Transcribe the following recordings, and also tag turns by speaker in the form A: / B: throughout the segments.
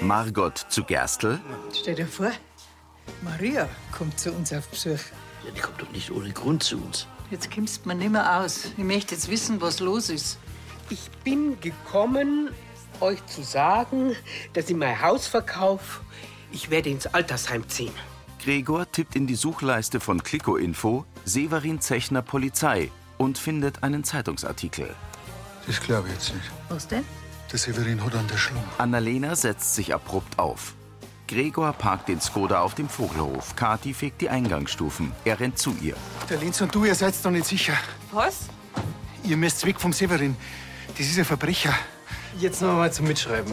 A: Margot zu Gerstl,
B: Stell dir vor, Maria kommt zu uns auf Besuch.
C: Ja, die kommt doch nicht ohne Grund zu uns.
B: Jetzt kommst du mir nimmer aus. Ich möchte jetzt wissen, was los ist.
D: Ich bin gekommen, euch zu sagen, dass ich mein Haus verkaufe. Ich werde ins Altersheim ziehen.
A: Gregor tippt in die Suchleiste von Kliko-Info Severin Zechner Polizei und findet einen Zeitungsartikel.
E: Das glaube ich jetzt nicht.
B: Was denn?
E: Der Severin hat an der Schlung.
A: Annalena setzt sich abrupt auf. Gregor parkt den Skoda auf dem Vogelhof. Kati fegt die Eingangsstufen. Er rennt zu ihr.
E: Der Lenz und du, ihr seid doch nicht sicher.
F: Was?
E: Ihr müsst weg vom Severin. Das ist ein Verbrecher.
G: Jetzt noch mal zum Mitschreiben.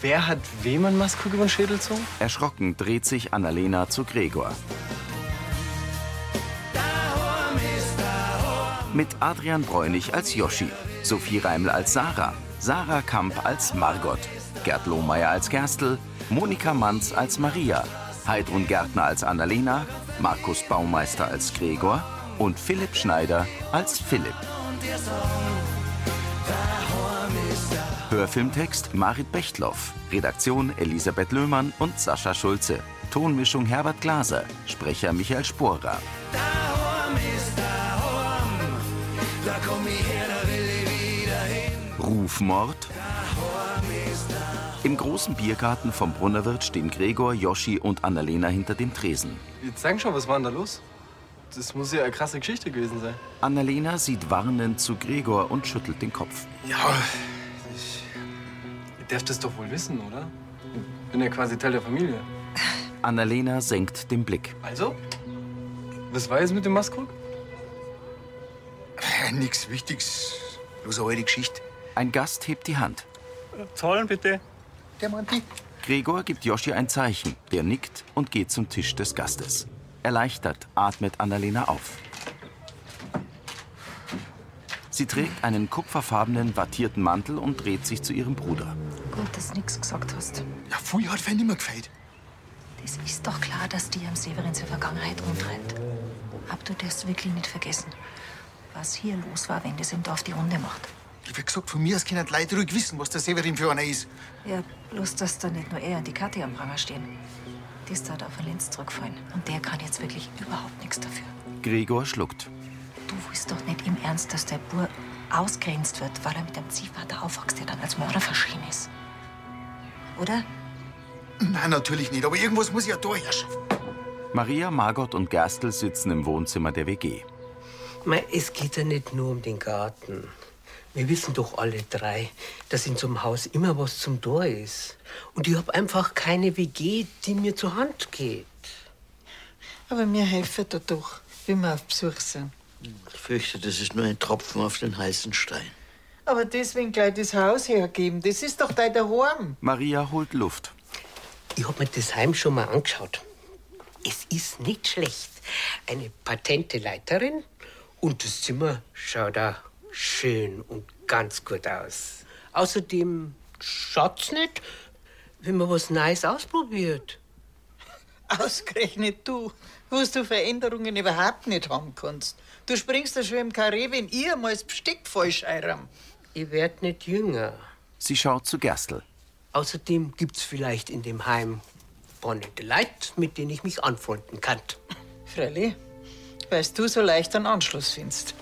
G: Wer hat wem einen Maskrug über den Schädel gezogen?
A: Erschrocken dreht sich Annalena zu Gregor. Mit Adrian Bräunig als Joschi, Sophie Reiml als Sarah, Sarah Kamp als Margot, Gerd Lohmeier als Gerstl, Monika Manz als Maria, Heidrun Gärtner als Annalena, Markus Baumeister als Gregor und Philipp Schneider als Philipp. Hörfilmtext Marit Bechtloff. Redaktion Elisabeth Löhmann und Sascha Schulze. Tonmischung Herbert Glaser. Sprecher Michael Sporer. Rufmord. Im großen Biergarten vom Brunnerwirt stehen Gregor, Joschi und Annalena hinter dem Tresen.
G: Jetzt sagen schon, was war denn da los? Das muss ja eine krasse Geschichte gewesen sein.
A: Annalena sieht warnend zu Gregor und schüttelt den Kopf.
G: Ja, ich. Ihr dürft es doch wohl wissen, oder? Ich bin ja quasi Teil der Familie.
A: Annalena senkt den Blick.
G: Also? Was war jetzt mit dem Maskrug?
E: Nichts Wichtiges. Bloß eine alte Geschichte.
A: Ein Gast hebt die Hand.
H: Zahlen bitte.
E: Der Monty.
A: Gregor gibt Joschi ein Zeichen. Der nickt und geht zum Tisch des Gastes. Erleichtert atmet Annalena auf. Sie trägt einen kupferfarbenen, wattierten Mantel und dreht sich zu ihrem Bruder.
F: Gut, dass du nichts gesagt hast.
E: Ja, voll hat Fan immer gefällt.
F: Das ist doch klar, dass die am Severin zur Vergangenheit rumtrennt. Hab du das wirklich nicht vergessen, was hier los war, wenn das im Dorf die Runde macht.
E: Ich hab gesagt, von mir aus können die Leute ruhig wissen, was der Severin für einer ist.
F: Ja, bloß, dass da nicht nur er und die Kathi am Pranger stehen. Die ist da auf den Lenz zurückgefallen. Und der kann jetzt wirklich überhaupt nichts dafür.
A: Gregor schluckt.
F: Du willst doch nicht im Ernst, dass der Bur ausgrenzt wird, weil er mit dem Ziehvater aufwächst, der dann als Mörder verschrien ist. Oder?
E: Nein, natürlich nicht. Aber irgendwas muss ich ja da herschaffen.
A: Maria, Margot und Gerstl sitzen im Wohnzimmer der WG.
D: Mei, es geht ja nicht nur um den Garten. Wir wissen doch alle drei, dass in so einem Haus immer was zum Tor ist. Und ich hab einfach keine WG, die mir zur Hand geht.
B: Aber mir helfen da doch, wenn wir auf Besuch sind.
C: Ich fürchte, das ist nur ein Tropfen auf den heißen Stein.
B: Aber deswegen gleich das Haus hergeben, das ist doch dein Daheim.
A: Maria holt Luft.
D: Ich hab mir das Heim schon mal angeschaut. Es ist nicht schlecht. Eine patente Leiterin und das Zimmer schaut auch schön und ganz gut aus. Außerdem schaut's nicht, wenn man was Neues ausprobiert.
B: Ausgerechnet du, wo du Veränderungen überhaupt nicht haben kannst. Du springst da schon im Karree, wenn ihr mal das Besteck falsch einrahm.
D: Ich werd nicht jünger.
A: Sie schaut zu Gerstl.
D: Außerdem gibt's vielleicht in dem Heim bonnende Leute, mit denen ich mich anfreunden kann.
B: Freilich, weil's du so leicht einen Anschluss findest.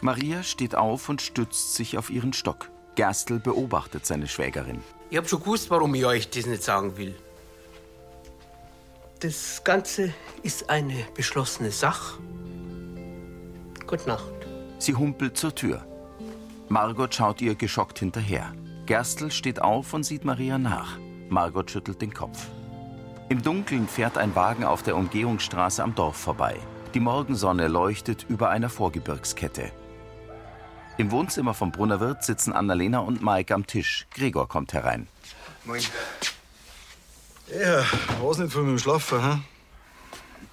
A: Maria steht auf und stützt sich auf ihren Stock. Gerstl beobachtet seine Schwägerin.
D: Ich hab schon gewusst, warum ich euch das nicht sagen will. Das Ganze ist eine beschlossene Sache. Gute Nacht.
A: Sie humpelt zur Tür. Margot schaut ihr geschockt hinterher. Gerstl steht auf und sieht Maria nach. Margot schüttelt den Kopf. Im Dunkeln fährt ein Wagen auf der Umgehungsstraße am Dorf vorbei. Die Morgensonne leuchtet über einer Vorgebirgskette. Im Wohnzimmer vom Brunnerwirt sitzen Annalena und Mike am Tisch. Gregor kommt herein.
E: Moin. Ja, war's nicht von meinem Schlafen, hä?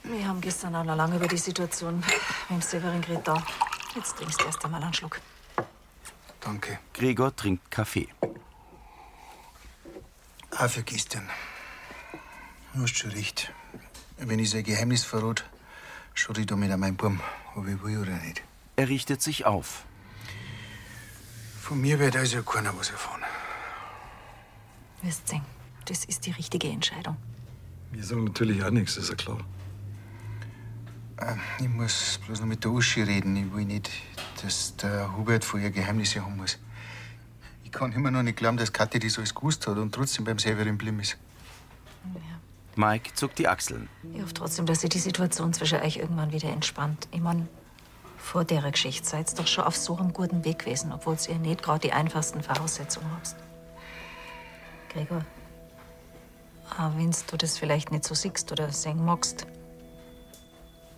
F: Wir haben gestern auch noch lange über die Situation mit dem Severin geredet. Da. Jetzt trinkst du erst einmal einen Schluck.
E: Danke.
A: Gregor trinkt Kaffee.
E: Auch für gestern. Du hast schon recht. Wenn ich sein Geheimnis verrate, schaut ich damit an meinen Baum, ob ich will oder nicht.
A: Er richtet sich auf.
E: Von mir wird also keiner was erfahren.
F: Wirst sehen. das ist die richtige Entscheidung.
H: Wir sagen natürlich auch nichts, ist ja klar.
E: Ähm, Ich muss bloß noch mit der Uschi reden. Ich will nicht, dass der Hubert von ihr Geheimnisse haben muss. Ich kann immer noch nicht glauben, dass Kathi das alles gewusst hat und trotzdem beim Severin blieben ist.
A: Mike zuckt die Achseln.
F: Ich hoffe trotzdem, dass sich die Situation zwischen euch irgendwann wieder entspannt. Ich meine, vor der Geschichte seid ihr doch schon auf so einem guten Weg gewesen, obwohl ihr nicht gerade die einfachsten Voraussetzungen habt. Gregor, auch wenn du das vielleicht nicht so siehst oder sehen magst,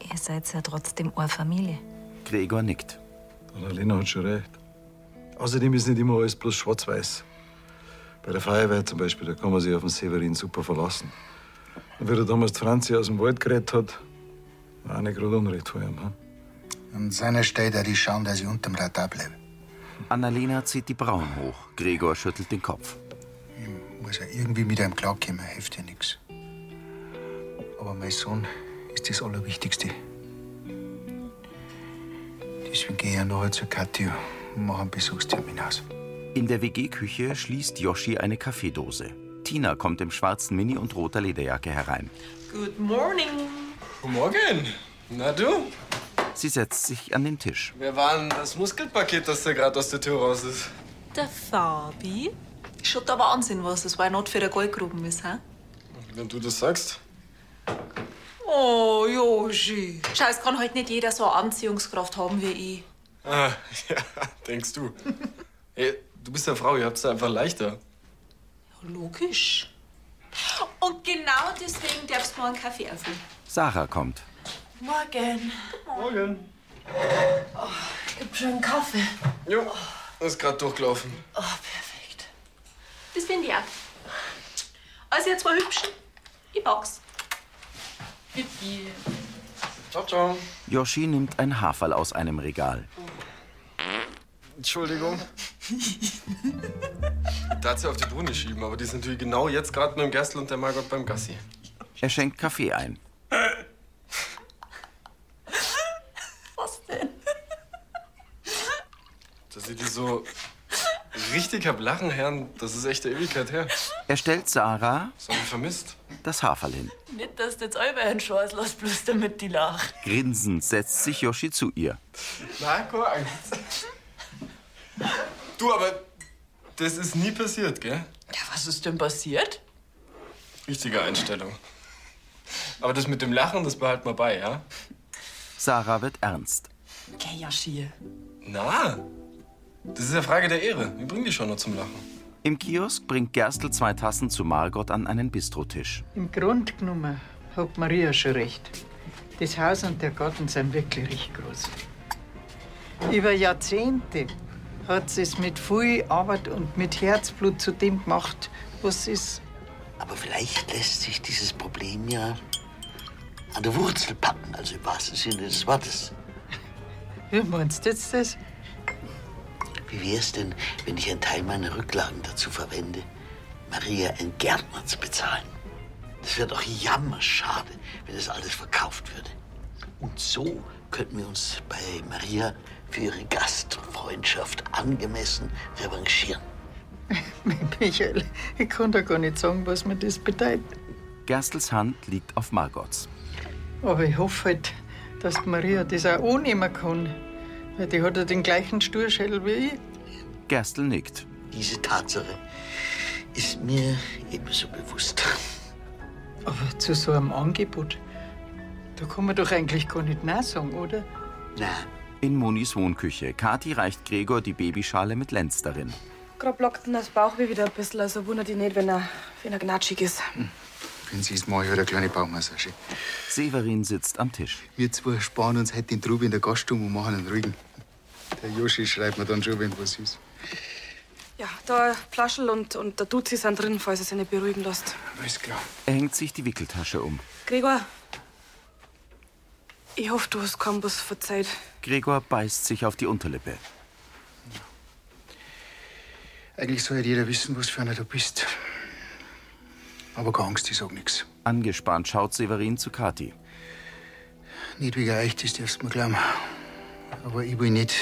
F: ihr seid ja trotzdem eine Familie.
A: Gregor nickt.
H: Annalena hat schon recht. Außerdem ist nicht immer alles bloß schwarz-weiß. Bei der Feuerwehr zum Beispiel, da kann man sich auf den Severin super verlassen. Und wie er damals die Franzi aus dem Wald geredet hat, war auch nicht gerade Unrecht vor ihm. Hm?
E: An seiner Stelle würde ich schauen, dass ich unterm Radar bleibe.
A: Annalena zieht die Brauen hoch. Gregor schüttelt den Kopf.
E: Ich muss ja irgendwie mit einem klarkommen, hilft ja nichts. Aber mein Sohn ist das Allerwichtigste. Deswegen gehe ich ja nachher zu Kathi und mache einen Besuchstermin aus.
A: In der WG-Küche schließt Yoshi eine Kaffeedose. Tina kommt im schwarzen Mini und roter Lederjacke herein.
B: Good morning.
G: Guten Morgen. Na du?
A: Sie setzt sich an den Tisch.
G: Wer war denn das Muskelpaket, das da gerade aus der Tür raus ist?
I: Der Fabi? Schon der Wahnsinn, was das Why Not für der Goldgruben ist, hä?
G: Wenn du das sagst.
I: Oh, Joshi. Schau, es kann halt nicht jeder so eine Anziehungskraft haben wie ich.
G: Ah, ja, denkst du. Ey, du bist eine Frau, ihr habt's einfach leichter.
I: Ja, logisch. Und genau deswegen darfst du mal einen Kaffee öffnen.
A: Sarah kommt.
I: Morgen.
G: Morgen.
I: Ich hab schon einen Kaffee.
G: Jo, ist gerade durchgelaufen.
I: Perfekt. Das finde ich auch. Also, ihr zwei Hübschen, ich pack's.
G: Ciao, ciao.
A: Yoshi nimmt ein Haferl aus einem Regal.
G: Entschuldigung. Dazu auf die Brune schieben, aber die ist natürlich genau jetzt gerade mit dem Gerstl und der Margot beim Gassi.
A: Er schenkt Kaffee ein.
G: Dass ich die so richtig hab lachen hören, das ist echt der Ewigkeit her.
A: Er stellt Sarah
G: Das hab ich vermisst.
A: das Haferl hin.
I: Nicht, dass du jetzt selber einen Scheiß lass, bloß damit die lacht.
A: Grinsend setzt sich Yoshi zu ihr.
G: Na, guck mal. Du, aber das ist nie passiert, gell?
I: Ja, was ist denn passiert?
G: Richtige Einstellung. Aber das mit dem Lachen, das behalten wir bei, ja?
A: Sarah wird ernst.
I: Geh, Joshi.
G: Na, das ist ja Frage der Ehre. Wir bringen die schon noch zum Lachen.
A: Im Kiosk bringt Gerstl zwei Tassen zu Margot an einen Bistrotisch.
B: Im Grund genommen hat Maria schon recht. Das Haus und der Garten sind wirklich richtig groß. Über Jahrzehnte hat sie es mit viel Arbeit und mit Herzblut zu dem gemacht, was sie ist.
C: Aber vielleicht lässt sich dieses Problem ja an der Wurzel packen, also im wahrsten Sinne des Wortes.
B: Wie meinst du jetzt das?
C: Wie wäre es denn, wenn ich einen Teil meiner Rücklagen dazu verwende, Maria einen Gärtner zu bezahlen? Das wäre doch jammerschade, wenn das alles verkauft würde. Und so könnten wir uns bei Maria für ihre Gastfreundschaft angemessen revanchieren.
B: Michael, ich kann da gar nicht sagen, was mir das bedeutet.
A: Gerstls Hand liegt auf Margots.
B: Aber ich hoffe halt, dass die Maria das auch annehmen kann. Weil die hat ja den gleichen Sturschädel wie ich.
A: Gerstl nickt.
C: Diese Tatsache ist mir ebenso bewusst.
B: Aber zu so einem Angebot, da kann man doch eigentlich gar nicht Nein sagen, oder?
C: Na,
A: In Monis Wohnküche. Kathi reicht Gregor die Babyschale mit Lenz darin.
J: Grad lockt ihn das Bauchweh wieder ein bisschen, also wundert ihn nicht, wenn er, wenn er gnatschig ist.
E: Wenn sie es mache ich halt eine kleine Bauchmassage.
A: Severin sitzt am Tisch.
E: Wir zwei sparen uns heute den Trub in der Gaststube und machen einen ruhigen. Der Joschi schreibt mir dann schon, wenn was ist.
J: Ja, da Flaschel und, und der Duzi sind drin, falls er sich nicht beruhigen lässt.
E: Alles klar.
A: Er hängt sich die Wickeltasche um.
J: Gregor, ich hoffe, du hast keinen Bus verzeiht.
A: Gregor beißt sich auf die Unterlippe.
E: Eigentlich soll halt jeder wissen, was für einer du bist. Aber keine Angst, ich sag nichts.
A: Angespannt schaut Severin zu Kathi.
E: Nicht wegen euch, das darfst du mir glauben. Aber ich will nicht,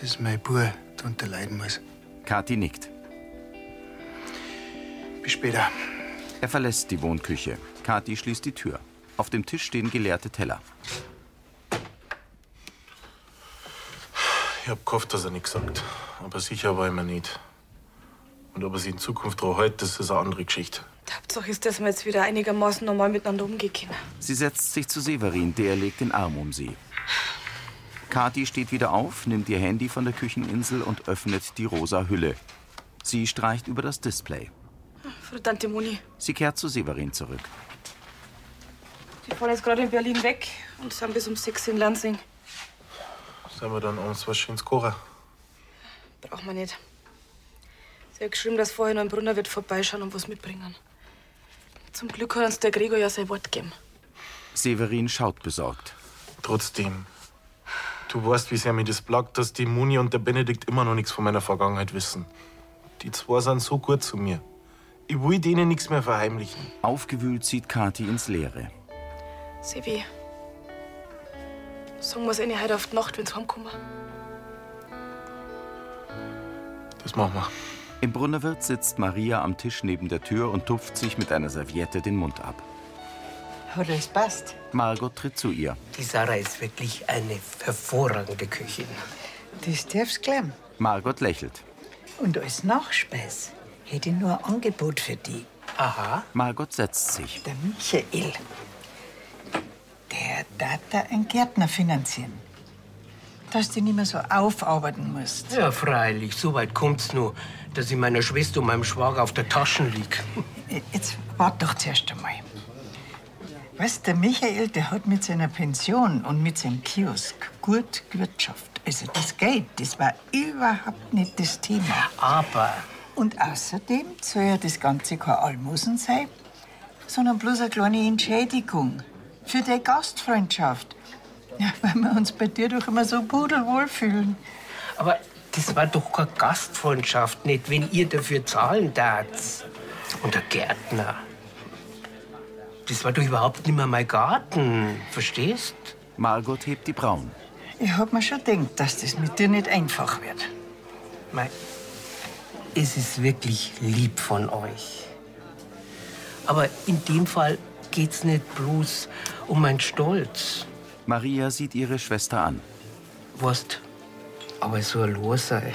E: dass mein Bub darunter leiden muss.
A: Kathi nickt.
E: Bis später.
A: Er verlässt die Wohnküche. Kathi schließt die Tür. Auf dem Tisch stehen geleerte Teller.
K: Ich hab gehofft, dass er nichts sagt. Aber sicher war ich mir nicht. Und ob er sich in Zukunft daran hält, das ist eine andere Geschichte.
J: Hauptsache ist, dass wir jetzt wieder einigermaßen normal miteinander umgehen können.
A: Sie setzt sich zu Severin, der legt den Arm um sie. Kathi steht wieder auf, nimmt ihr Handy von der Kücheninsel und öffnet die rosa Hülle. Sie streicht über das Display.
J: Frau Tante Moni,
A: Sie kehrt zu Severin zurück.
J: die fahren jetzt gerade in Berlin weg und sind bis um sechs in Lansing.
K: Sollen wir dann abends was Schönes kochen?
J: Braucht man nicht. Sie hat geschrieben, dass vorher noch ein Brunner wird vorbeischauen und was mitbringen. Zum Glück hat uns der Gregor ja sein Wort gegeben.
A: Severin schaut besorgt.
K: Trotzdem. Du weißt, wie sehr mir das plagt, dass die Moni und der Benedikt immer noch nichts von meiner Vergangenheit wissen. Die zwei sind so gut zu mir. Ich will denen nichts mehr verheimlichen.
A: Aufgewühlt sieht Kathi ins Leere.
J: Sevi, sagen wir es ihnen heute auf die Nacht, wenn sie heimkommen.
K: Das machen wir.
A: Im Brunnerwirt sitzt Maria am Tisch neben der Tür und tupft sich mit einer Serviette den Mund ab.
B: Hat alles passt?
A: Margot tritt zu ihr.
D: Die Sarah ist wirklich eine hervorragende Köchin.
B: Das darf's glauben.
A: Margot lächelt.
B: Und als Nachspeis hätte ich nur ein Angebot für die.
D: Aha.
A: Margot setzt sich.
B: Der Michael. Der darf da einen Gärtner finanzieren. Dass du nicht mehr so aufarbeiten musst.
D: Ja, freilich, so weit kommt's nur, dass ich meiner Schwester und meinem Schwager auf der Tasche lieg.
B: Jetzt wart doch zuerst einmal. Weißt der Michael, der hat mit seiner Pension und mit seinem Kiosk gut gewirtschaftet. Also das Geld, das war überhaupt nicht das Thema.
D: Aber
B: Und außerdem soll ja das Ganze kein Almosen sein, sondern bloß eine kleine Entschädigung für die Gastfreundschaft. Ja, weil wir uns bei dir doch immer so pudelwohl fühlen.
D: Aber das war doch keine Gastfreundschaft, nicht wenn ihr dafür zahlen tat. Und der Gärtner. Das war doch überhaupt nicht mehr mein Garten, verstehst?
A: Margot hebt die Brauen.
B: Ich hab mir schon gedacht, dass das mit dir nicht einfach wird.
D: Mei, es ist wirklich lieb von euch. Aber in dem Fall geht's nicht bloß um meinen Stolz.
A: Maria sieht ihre Schwester an.
D: Wurst, aber so ein Loser. ey.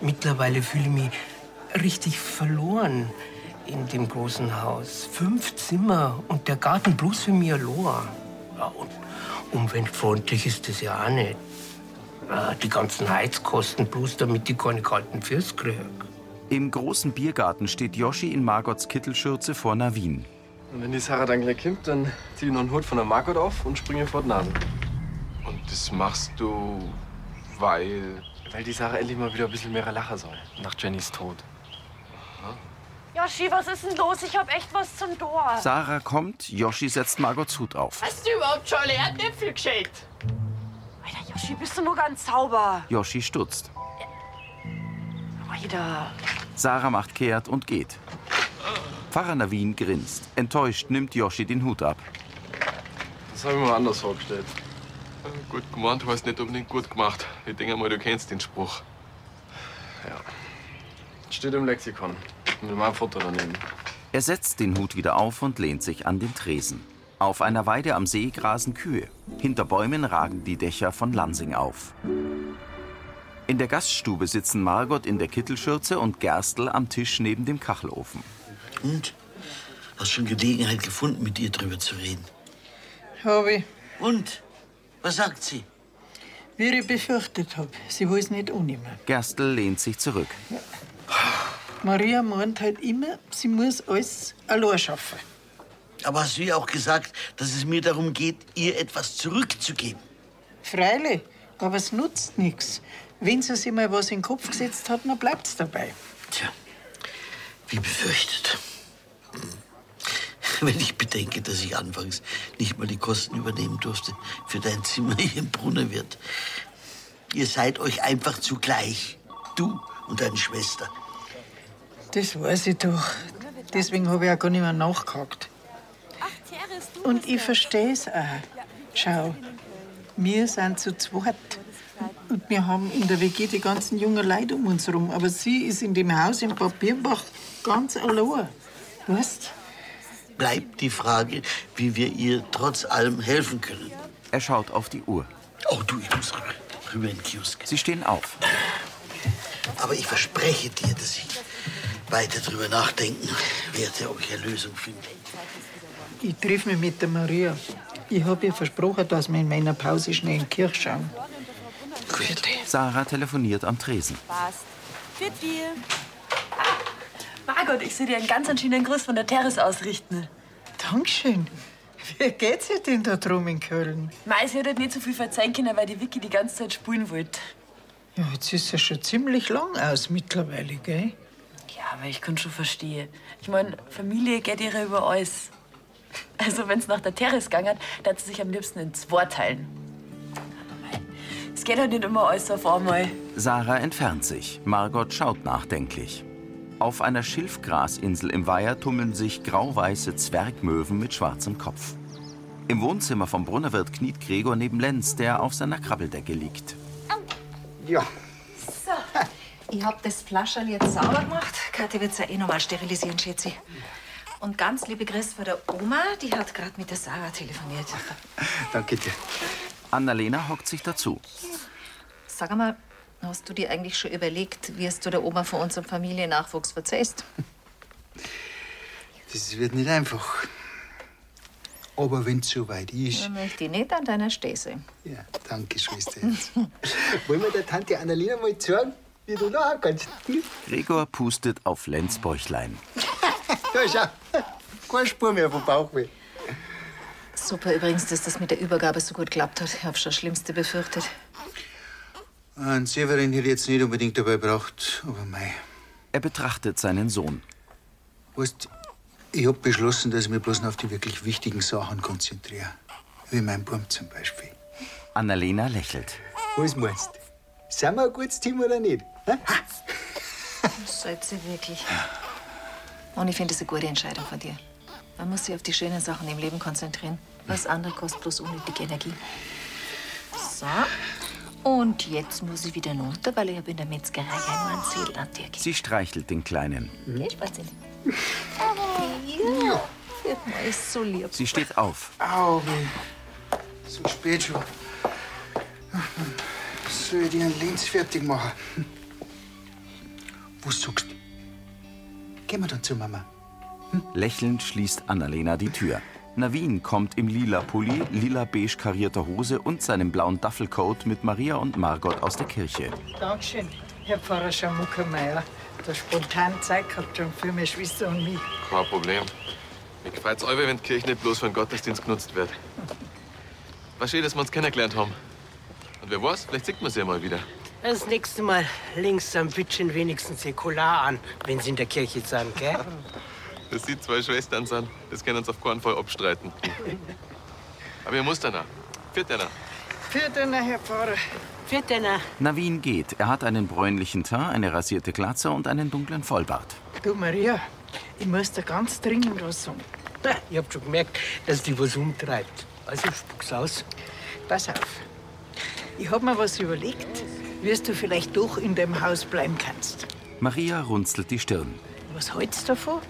D: Mittlerweile fühle ich mich richtig verloren in dem großen Haus. Fünf Zimmer und der Garten bloß für mich allein. Ja, und umweltfreundlich ist das ja auch nicht. Ja, die ganzen Heizkosten bloß, damit ich keine kalten Füße kriege.
A: Im großen Biergarten steht Yoshi in Margots Kittelschürze vor Navin.
G: Und wenn die Sarah dann gleich kommt, dann zieh ich noch einen Hut von der Margot auf und springe vor die Nase. Und das machst du, weil. Weil die Sarah endlich mal wieder ein bisschen mehr lachen soll. Nach Jennys Tod.
L: Joshi, was ist denn los? Ich hab echt was zum Tor.
A: Sarah kommt, Yoshi setzt Margots Hut auf.
L: Hast du überhaupt schon Erdäpfel geschält? Alter, Joshi, bist du nur ganz sauber.
A: Yoshi stutzt.
L: Alter.
A: Sarah macht kehrt und geht. Pfarrer Navin grinst. Enttäuscht nimmt Yoshi den Hut ab.
M: Das habe ich mir anders vorgestellt. Gut gemeint heißt nicht unbedingt gut gemacht. Ich denke mal, du kennst den Spruch.
G: Ja. Steht im Lexikon. Mit meinem Foto daneben.
A: Er setzt den Hut wieder auf und lehnt sich an den Tresen. Auf einer Weide am See grasen Kühe. Hinter Bäumen ragen die Dächer von Lansing auf. In der Gaststube sitzen Margot in der Kittelschürze und Gerstl am Tisch neben dem Kachelofen.
C: Und? Hast schon Gelegenheit gefunden, mit ihr drüber zu reden?
B: Hab ich.
C: Und? Was sagt sie?
B: Wie ich befürchtet hab, sie will es nicht annehmen.
A: Gerstl lehnt sich zurück.
B: Maria meint halt immer, sie muss alles allein schaffen.
C: Aber hast du ihr auch gesagt, dass es mir darum geht, ihr etwas zurückzugeben?
B: Freilich, aber es nutzt nichts. Wenn sie sich mal was in den Kopf gesetzt hat, dann bleibt's dabei.
C: Tja, wie befürchtet. Hm. Wenn ich bedenke, dass ich anfangs nicht mal die Kosten übernehmen durfte für dein Zimmer hier im Brunnerwirt. Ihr seid euch einfach zugleich. Du und deine Schwester.
B: Das weiß ich doch. Deswegen habe ich auch gar nicht mehr nachgehakt. Und ich verstehe es auch. Schau, wir sind zu zweit. Und wir haben in der WG die ganzen jungen Leute um uns herum. Aber sie ist in dem Haus im Papierbach ganz allein. Weißt
C: Bleibt die Frage, wie wir ihr trotz allem helfen können.
A: Er schaut auf die Uhr.
C: Oh, du, ich muss rüber. Rüber in den Kiosk.
A: Sie stehen auf.
C: Aber ich verspreche dir, dass ich weiter drüber nachdenken werde, ob ich eine Lösung finde.
B: Ich triff mich mit der Maria. Ich hab ihr versprochen, dass wir in meiner Pause schnell in die Kirche schauen.
A: Sarah telefoniert am Tresen.
I: Passt. Für dir. Margot, ich soll dir einen ganz entschiedenen Gruß von der Terrasse ausrichten.
B: Dankeschön. Wie geht's dir denn da drum in Köln?
I: Mei, sie hat halt nicht so viel verzeihen können, weil die Vicky die ganze Zeit spielen wollte.
B: Ja, jetzt ist er schon ziemlich lang aus mittlerweile, gell?
I: Ja, aber ich kann schon verstehen. Ich meine, Familie geht ihre über alles. Also, wenn's nach der Terrasse gegangen hat, da hat sie sich am liebsten in zwei teilen. Aber mei, Es geht halt nicht immer alles auf einmal.
A: Sarah entfernt sich. Margot schaut nachdenklich. Auf einer Schilfgrasinsel im Weiher tummeln sich grauweiße Zwergmöwen mit schwarzem Kopf. Im Wohnzimmer vom Brunnerwirt kniet Gregor neben Lenz, der auf seiner Krabbeldecke liegt.
E: Ja.
F: So, ich hab das Flascherl jetzt sauber gemacht. Kathi wird's ja eh nochmal sterilisieren, Schätzi. Und ganz liebe Grüße von der Oma, die hat gerade mit der Sarah telefoniert.
A: Danke dir. Annalena hockt sich dazu.
F: Sag einmal, hast du dir eigentlich schon überlegt, wie du der Oma von unserem Familiennachwuchs verzeihst?
E: Das wird nicht einfach. Aber wenn es soweit ist,
F: Ich möchte ich nicht an deiner Stese.
E: Ja. danke, Schwester. Jetzt. Wollen wir der Tante Annalena mal zeigen, wie du nachher kannst?
A: Gregor pustet auf Lenz Bäuchlein.
E: Ja, schau. Keine Spur mehr vom Bauchweh.
F: Super übrigens, dass das mit der Übergabe so gut geklappt hat. Ich hab schon das Schlimmste befürchtet.
E: Ein Severin hätte ich jetzt nicht unbedingt dabei braucht, aber mei.
A: Er betrachtet seinen Sohn.
E: Weißt, ich hab beschlossen, dass ich mich bloß noch auf die wirklich wichtigen Sachen konzentriere. Wie mein Bum zum Beispiel.
A: Annalena lächelt.
E: Was meinst du? Sind wir ein gutes Team oder nicht?
F: Seid sie wirklich. Und ich finde es eine gute Entscheidung von dir. Man muss sich auf die schönen Sachen im Leben konzentrieren. Was andere kostet bloß unnötige Energie. So. Und jetzt muss ich wieder runter, weil ich habe in der Metzgerei ja nur einen Zettel an dir.
A: Sie streichelt den Kleinen.
F: Geht Spazier. Ja, wird mal ist so lieb.
A: Sie steht auf.
E: Auge. So spät schon. Soll ich dir einen Lenz fertig machen? Wo suchst du? Gehen wir dann zu Mama.
A: Lächelnd schließt Annalena die Tür. Navin kommt im lila Pulli, lila beige karierter Hose und seinem blauen Duffelcoat mit Maria und Margot aus der Kirche.
B: Dankeschön, Herr Pfarrer Schamuckermeier. Der spontan Zeit gehabt schon für meine Schwester und mich.
M: Kein Problem. Mir gefällt's euch, wenn die Kirche nicht bloß für den Gottesdienst genutzt wird. War schön, dass wir uns kennengelernt haben. Und wer weiß, vielleicht sieht man sie ja mal wieder.
D: Das nächste Mal links am Bütchen wenigstens säkular an, wenn Sie in der Kirche sind, gell?
M: Dass die zwei Schwestern sind, das können uns auf keinen Fall abstreiten. Aber ihr muss danach. Viert danach.
B: Für den Herr Pfarrer.
D: Für den
A: Navin geht. Er hat einen bräunlichen Teint, eine rasierte Glatze und einen dunklen Vollbart.
B: Du, Maria, ich muss dir ganz dringend was sagen.
D: Ich hab schon gemerkt, dass die was umtreibt. Also spuck's aus.
B: Pass auf. Ich hab mir was überlegt, wirst du vielleicht doch in dem Haus bleiben kannst.
A: Maria runzelt die Stirn.
B: Was hältst du davon,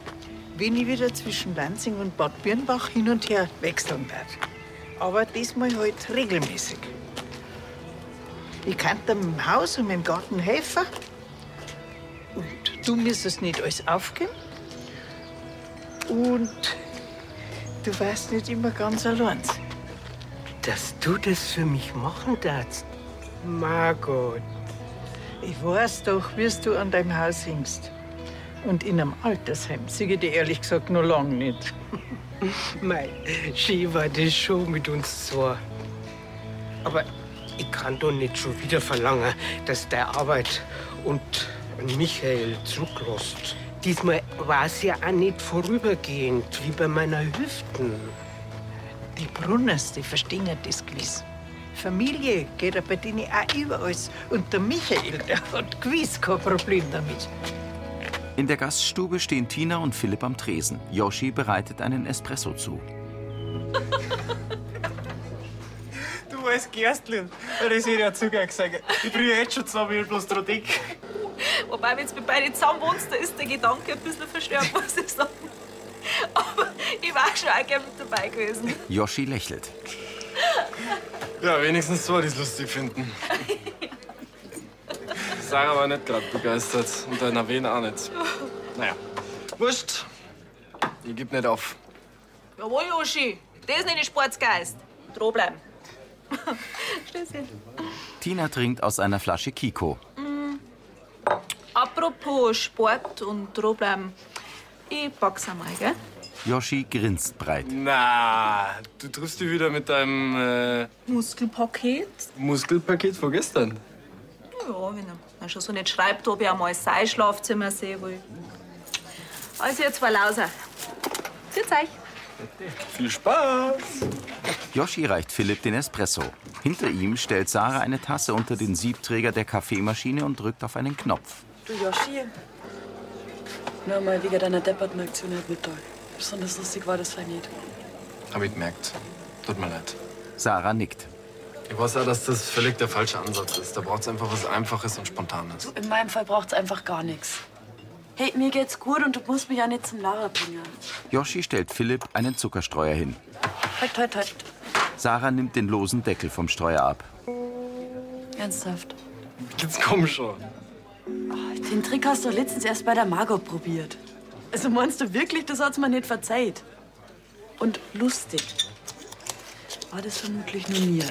B: wenn ich wieder zwischen Lansing und Bad Birnbach hin und her wechseln darf? Aber diesmal halt regelmäßig. Ich kann dir im Haus und im Garten helfen. Und du müsstest nicht alles aufgeben. Und du warst nicht immer ganz allein.
D: Dass du das für mich machen darfst. Margot.
B: Ich weiß doch, wie du an deinem Haus hingst. Und in einem Altersheim sehe ich dir ehrlich gesagt noch lange nicht.
D: Mei, schön war das schon mit uns zwei. Aber ich kann doch nicht schon wieder verlangen, dass der Arbeit und Michael zurücklässt. Diesmal war es ja auch nicht vorübergehend, wie bei meiner Hüften.
B: Die Brunners, die verstehen das gewiss. Familie geht aber bei denen auch über alles. Und der Michael, der hat gewiss kein Problem damit.
A: In der Gaststube stehen Tina und Philipp am Tresen. Yoshi bereitet einen Espresso zu.
N: Du als Gerstlein, das hätte ich ja Zugang gesagt. Ich bin ja jetzt schon zusammen, ich bin bloß dran dick.
L: Wobei, wenn du mit beiden zusammen wohnst, da ist der Gedanke ein bisschen verstört, muss ich sagen. Aber ich war schon auch gerne mit dabei gewesen.
A: Yoshi lächelt.
G: Ja, wenigstens zwei, die es lustig finden. Sarah war nicht gerade begeistert und der Navin auch nicht. Naja, wurscht. Ich geb nicht auf.
L: Jawohl, Joshi, das nenne ich Sportsgeist. Droh bleiben. Stößchen.
A: Tina trinkt aus einer Flasche Kiko.
L: Mm. Apropos Sport und droh bleiben. Ich pack's einmal, gell?
A: Yoshi grinst breit.
G: Na, du triffst dich wieder mit deinem äh,
L: Muskelpaket?
G: Muskelpaket von gestern.
L: Ja, wenn er schon so nicht schreibt, ob ich einmal sein Schlafzimmer sehen will. Also, jetzt zwei Lauser. Für euch.
G: Viel Spaß!
A: Yoshi reicht Philipp den Espresso. Hinter ihm stellt Sarah eine Tasse unter den Siebträger der Kaffeemaschine und drückt auf einen Knopf.
I: Du, Joshi. Nur mal wegen deiner depperten Aktion heute Mittag. Besonders lustig war das für nicht.
G: Hab ich gemerkt. Tut mir leid.
A: Sarah nickt.
G: Ich weiß auch, dass das völlig der falsche Ansatz ist. Da braucht's einfach was Einfaches und Spontanes.
I: In meinem Fall braucht's einfach gar nichts. Hey, mir geht's gut und du musst mich ja nicht zum Lara bringen.
A: Yoshi stellt Philipp einen Zuckerstreuer hin.
I: Halt, halt, halt.
A: Sarah nimmt den losen Deckel vom Streuer ab.
I: Ernsthaft.
G: Jetzt komm schon.
I: Den Trick hast du letztens erst bei der Margot probiert. Also meinst du wirklich, das hat's mir nicht verzeiht? Und lustig. War das vermutlich nur mir.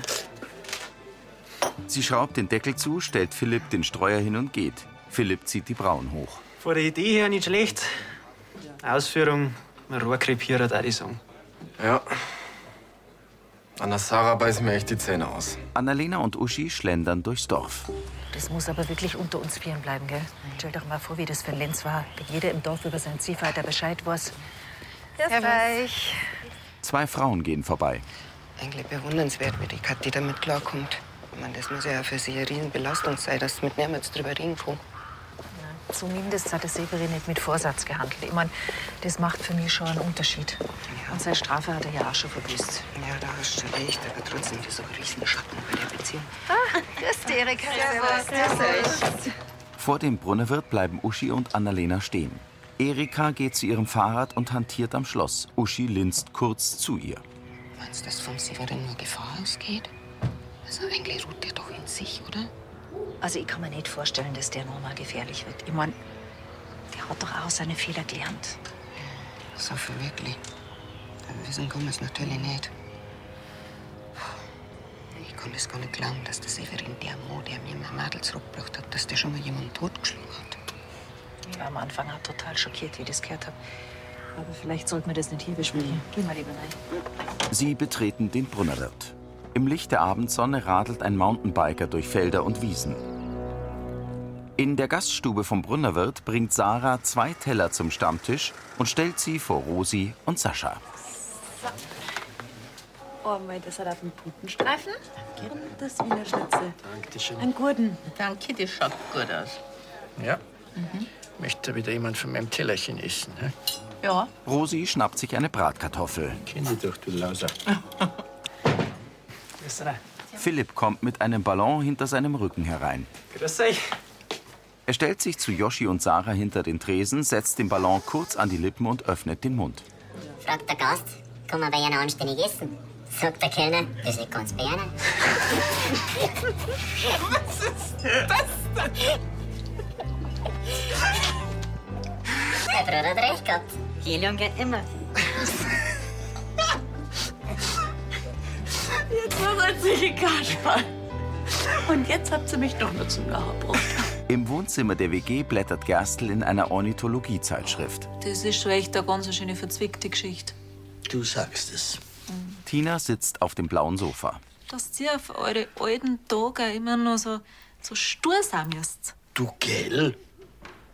A: Sie schraubt den Deckel zu, stellt Philipp den Streuer hin und geht. Philipp zieht die Brauen hoch.
O: Von der Idee her nicht schlecht. Ausführung, ein Rohrkrepierer, würde ich sagen.
G: Ja. An der Sarah beißen mir echt die Zähne aus.
A: Annalena und Uschi schlendern durchs Dorf.
F: Das muss aber wirklich unter uns Vieren bleiben, gell? Stell doch mal vor, wie das für den Lenz war, wenn jeder im Dorf über seinen Ziehvater Bescheid weiß.
P: Servus. Reich.
A: Zwei Frauen gehen vorbei.
P: Eigentlich bewundernswert, wie die Kathi damit klarkommt. Ich meine, das muss ja für sie eine Riesenbelastung sein, dass sie mit niemals drüber reden kann.
F: Zumindest hat der Severin nicht mit Vorsatz gehandelt. Ich meine, das macht für mich schon einen Unterschied. Und seine Strafe hat er ja auch schon verbüßt.
P: Ja, da hast du recht, aber trotzdem ist so ein Riesenschatten bei der Beziehung.
Q: Ah, grüß dich, Erika. Servus. Servus.
A: Vor dem Brunnerwirt bleiben Uschi und Annalena stehen. Erika geht zu ihrem Fahrrad und hantiert am Schloss. Uschi linst kurz zu ihr.
P: Meinst du, dass vom Severin nur Gefahr ausgeht? Also eigentlich ruht der doch in sich, oder?
F: Also ich kann mir nicht vorstellen, dass der nochmal gefährlich wird. Ich meine, der hat doch auch seine Fehler gelernt.
P: So viel wirklich. Aber wissen kann man es natürlich nicht. Ich kann es gar nicht glauben, dass der Severin, der Mo, der mir mein Madel zurückgebracht hat, dass der schon mal jemanden totgeschlagen hat.
F: Ich war am Anfang auch total schockiert, wie ich das gehört habe. Aber vielleicht sollten wir das nicht hier besprechen. Geh mal lieber rein.
A: Sie betreten den Brunnerwirt. Im Licht der Abendsonne radelt ein Mountainbiker durch Felder und Wiesen. In der Gaststube vom Brunnerwirt bringt Sarah zwei Teller zum Stammtisch und stellt sie vor Rosi und Sascha.
I: Oh, mein, das hat auf einen Putenstreifen. Danke. Und das Wiener Schnitzel. Dankeschön. Einen guten.
R: Danke, das schaut gut aus.
N: Ja? Mhm. Möchte wieder jemand von meinem Tellerchen essen? Ne?
R: Ja.
A: Rosi schnappt sich eine Bratkartoffel.
N: Kenn ich doch, du Lauser.
A: Philipp kommt mit einem Ballon hinter seinem Rücken herein.
O: Grüß euch.
A: Er stellt sich zu Yoshi und Sarah hinter den Tresen, setzt den Ballon kurz an die Lippen und öffnet den Mund.
S: Fragt der Gast, kann man bei einer anständig essen? Sagt der Kellner, das liegt ganz bei einer.
L: Was ist das denn?
S: Der Bruder hat recht gehabt. Helium geht immer.
I: Jetzt war es sich Kasper. Und jetzt habt ihr mich doch nur zum Lachen gebracht.
A: Im Wohnzimmer der WG blättert Gerstl in einer Ornithologiezeitschrift.
I: Das ist schon echt eine ganz schöne verzwickte Geschichte.
C: Du sagst es.
A: Tina sitzt auf dem blauen Sofa.
I: Dass ihr auf eure alten Tage immer noch so, so stur sein müsst.
C: Du, gell?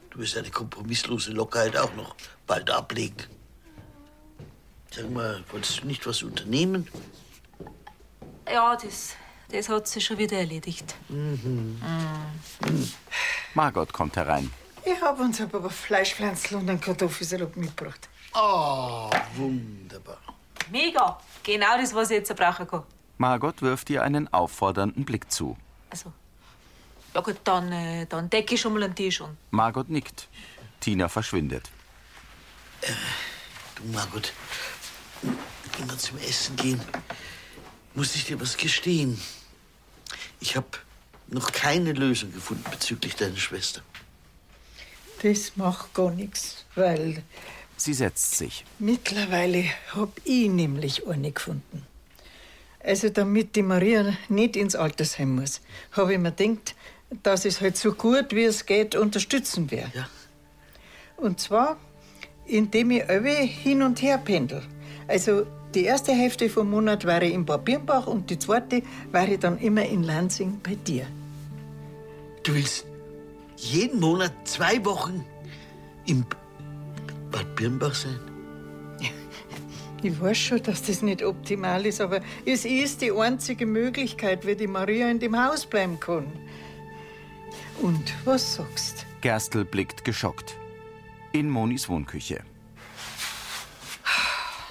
C: Du wirst deine kompromisslose Lockerheit auch noch bald ablegen. Sag mal, wolltest du nicht was unternehmen?
I: Ja, das, das hat sich schon wieder erledigt.
A: Margot kommt herein.
B: Ich habe uns aber Fleischpflanzen und einen Kartoffelsalat mitgebracht.
C: Oh, wunderbar.
L: Mega. Genau das, was ich jetzt brauchen kann.
A: Margot wirft ihr einen auffordernden Blick zu.
L: Also, Ja gut, dann, äh, dann decke ich schon mal den Tisch um.
A: Margot nickt. Tina verschwindet.
C: Du, Margot, immer zum Essen gehen, muss ich dir was gestehen. Ich habe noch keine Lösung gefunden bezüglich deiner Schwester.
B: Das macht gar nichts, weil
A: Sie setzt sich.
B: mittlerweile hab ich nämlich eine gefunden. Also, damit die Maria nicht ins Altersheim muss, habe ich mir gedacht, dass es halt so gut wie es geht unterstützen werde. Und zwar, indem ich alle hin und her pendel. Also, die erste Hälfte vom Monat wäre ich in Bad Birnbach und die zweite wäre ich dann immer in Lansing bei dir.
C: Du willst jeden Monat zwei Wochen im Bad Birnbach sein?
B: Ich weiß schon, dass das nicht optimal ist, aber es ist die einzige Möglichkeit, wie die Maria in dem Haus bleiben kann. Und was sagst
A: Gerstl blickt geschockt. In Monis Wohnküche.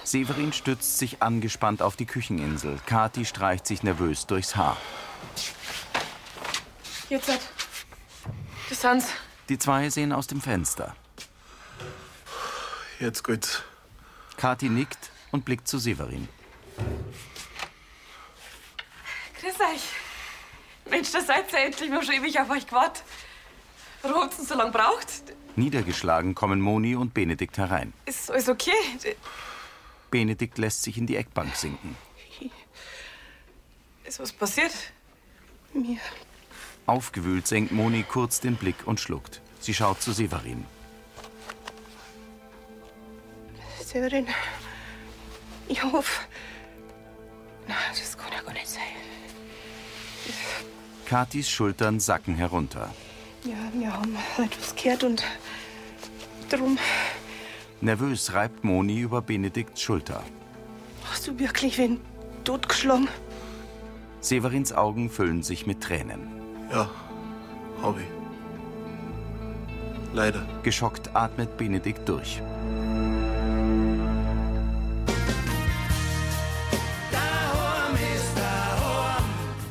A: Severin stützt sich angespannt auf die Kücheninsel. Kathi streicht sich nervös durchs Haar.
J: Jetzt halt. Das sind's.
A: Die zwei sehen aus dem Fenster.
K: Jetzt geht's.
A: Kathi nickt und blickt zu Severin.
J: Grüß euch. Mensch, da seid ihr endlich. Wir haben schon ewig auf euch gewartet. Warum habt's denn so lange braucht?
A: Niedergeschlagen kommen Moni und Benedikt herein.
J: Ist alles okay?
A: Benedikt lässt sich in die Eckbank sinken.
J: Ist was passiert? Mir.
A: Aufgewühlt senkt Moni kurz den Blick und schluckt. Sie schaut zu Severin.
T: Severin, ich hoffe. Nein, das kann ja gar nicht sein.
A: Kathis Schultern sacken herunter.
T: Ja, wir haben etwas gehört und drum
A: Nervös reibt Moni über Benedikts Schulter.
T: hast du wirklich wen totgeschlagen.
A: Severins Augen füllen sich mit Tränen.
K: Ja, hab ich. Leider.
A: Geschockt atmet Benedikt durch.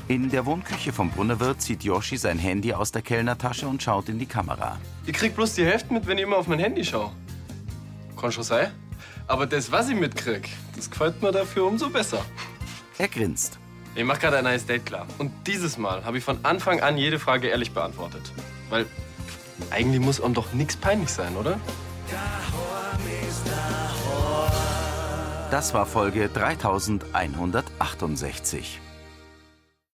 A: In der Wohnküche vom Brunnerwirt zieht Yoshi sein Handy aus der Kellnertasche und schaut in die Kamera.
G: Ich krieg bloß die Hälfte mit, wenn ich immer auf mein Handy schaue. Kann schon sein. Aber das, was ich mitkrieg, das gefällt mir dafür umso besser.
A: Er grinst.
G: Ich mach gerade ein neues Date klar. Und dieses Mal habe ich von Anfang an jede Frage ehrlich beantwortet. Weil eigentlich muss einem doch nichts peinlich sein, oder?
A: Das war Folge 3168.